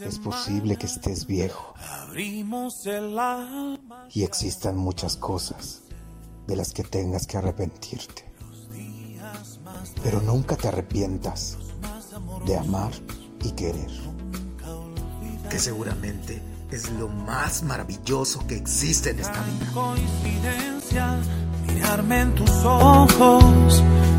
Es posible que estés viejo y existan muchas cosas de las que tengas que arrepentirte. Pero nunca te arrepientas de amar y querer. Que seguramente es lo más maravilloso que existe en esta vida. Coincidencia, mirarme en tus ojos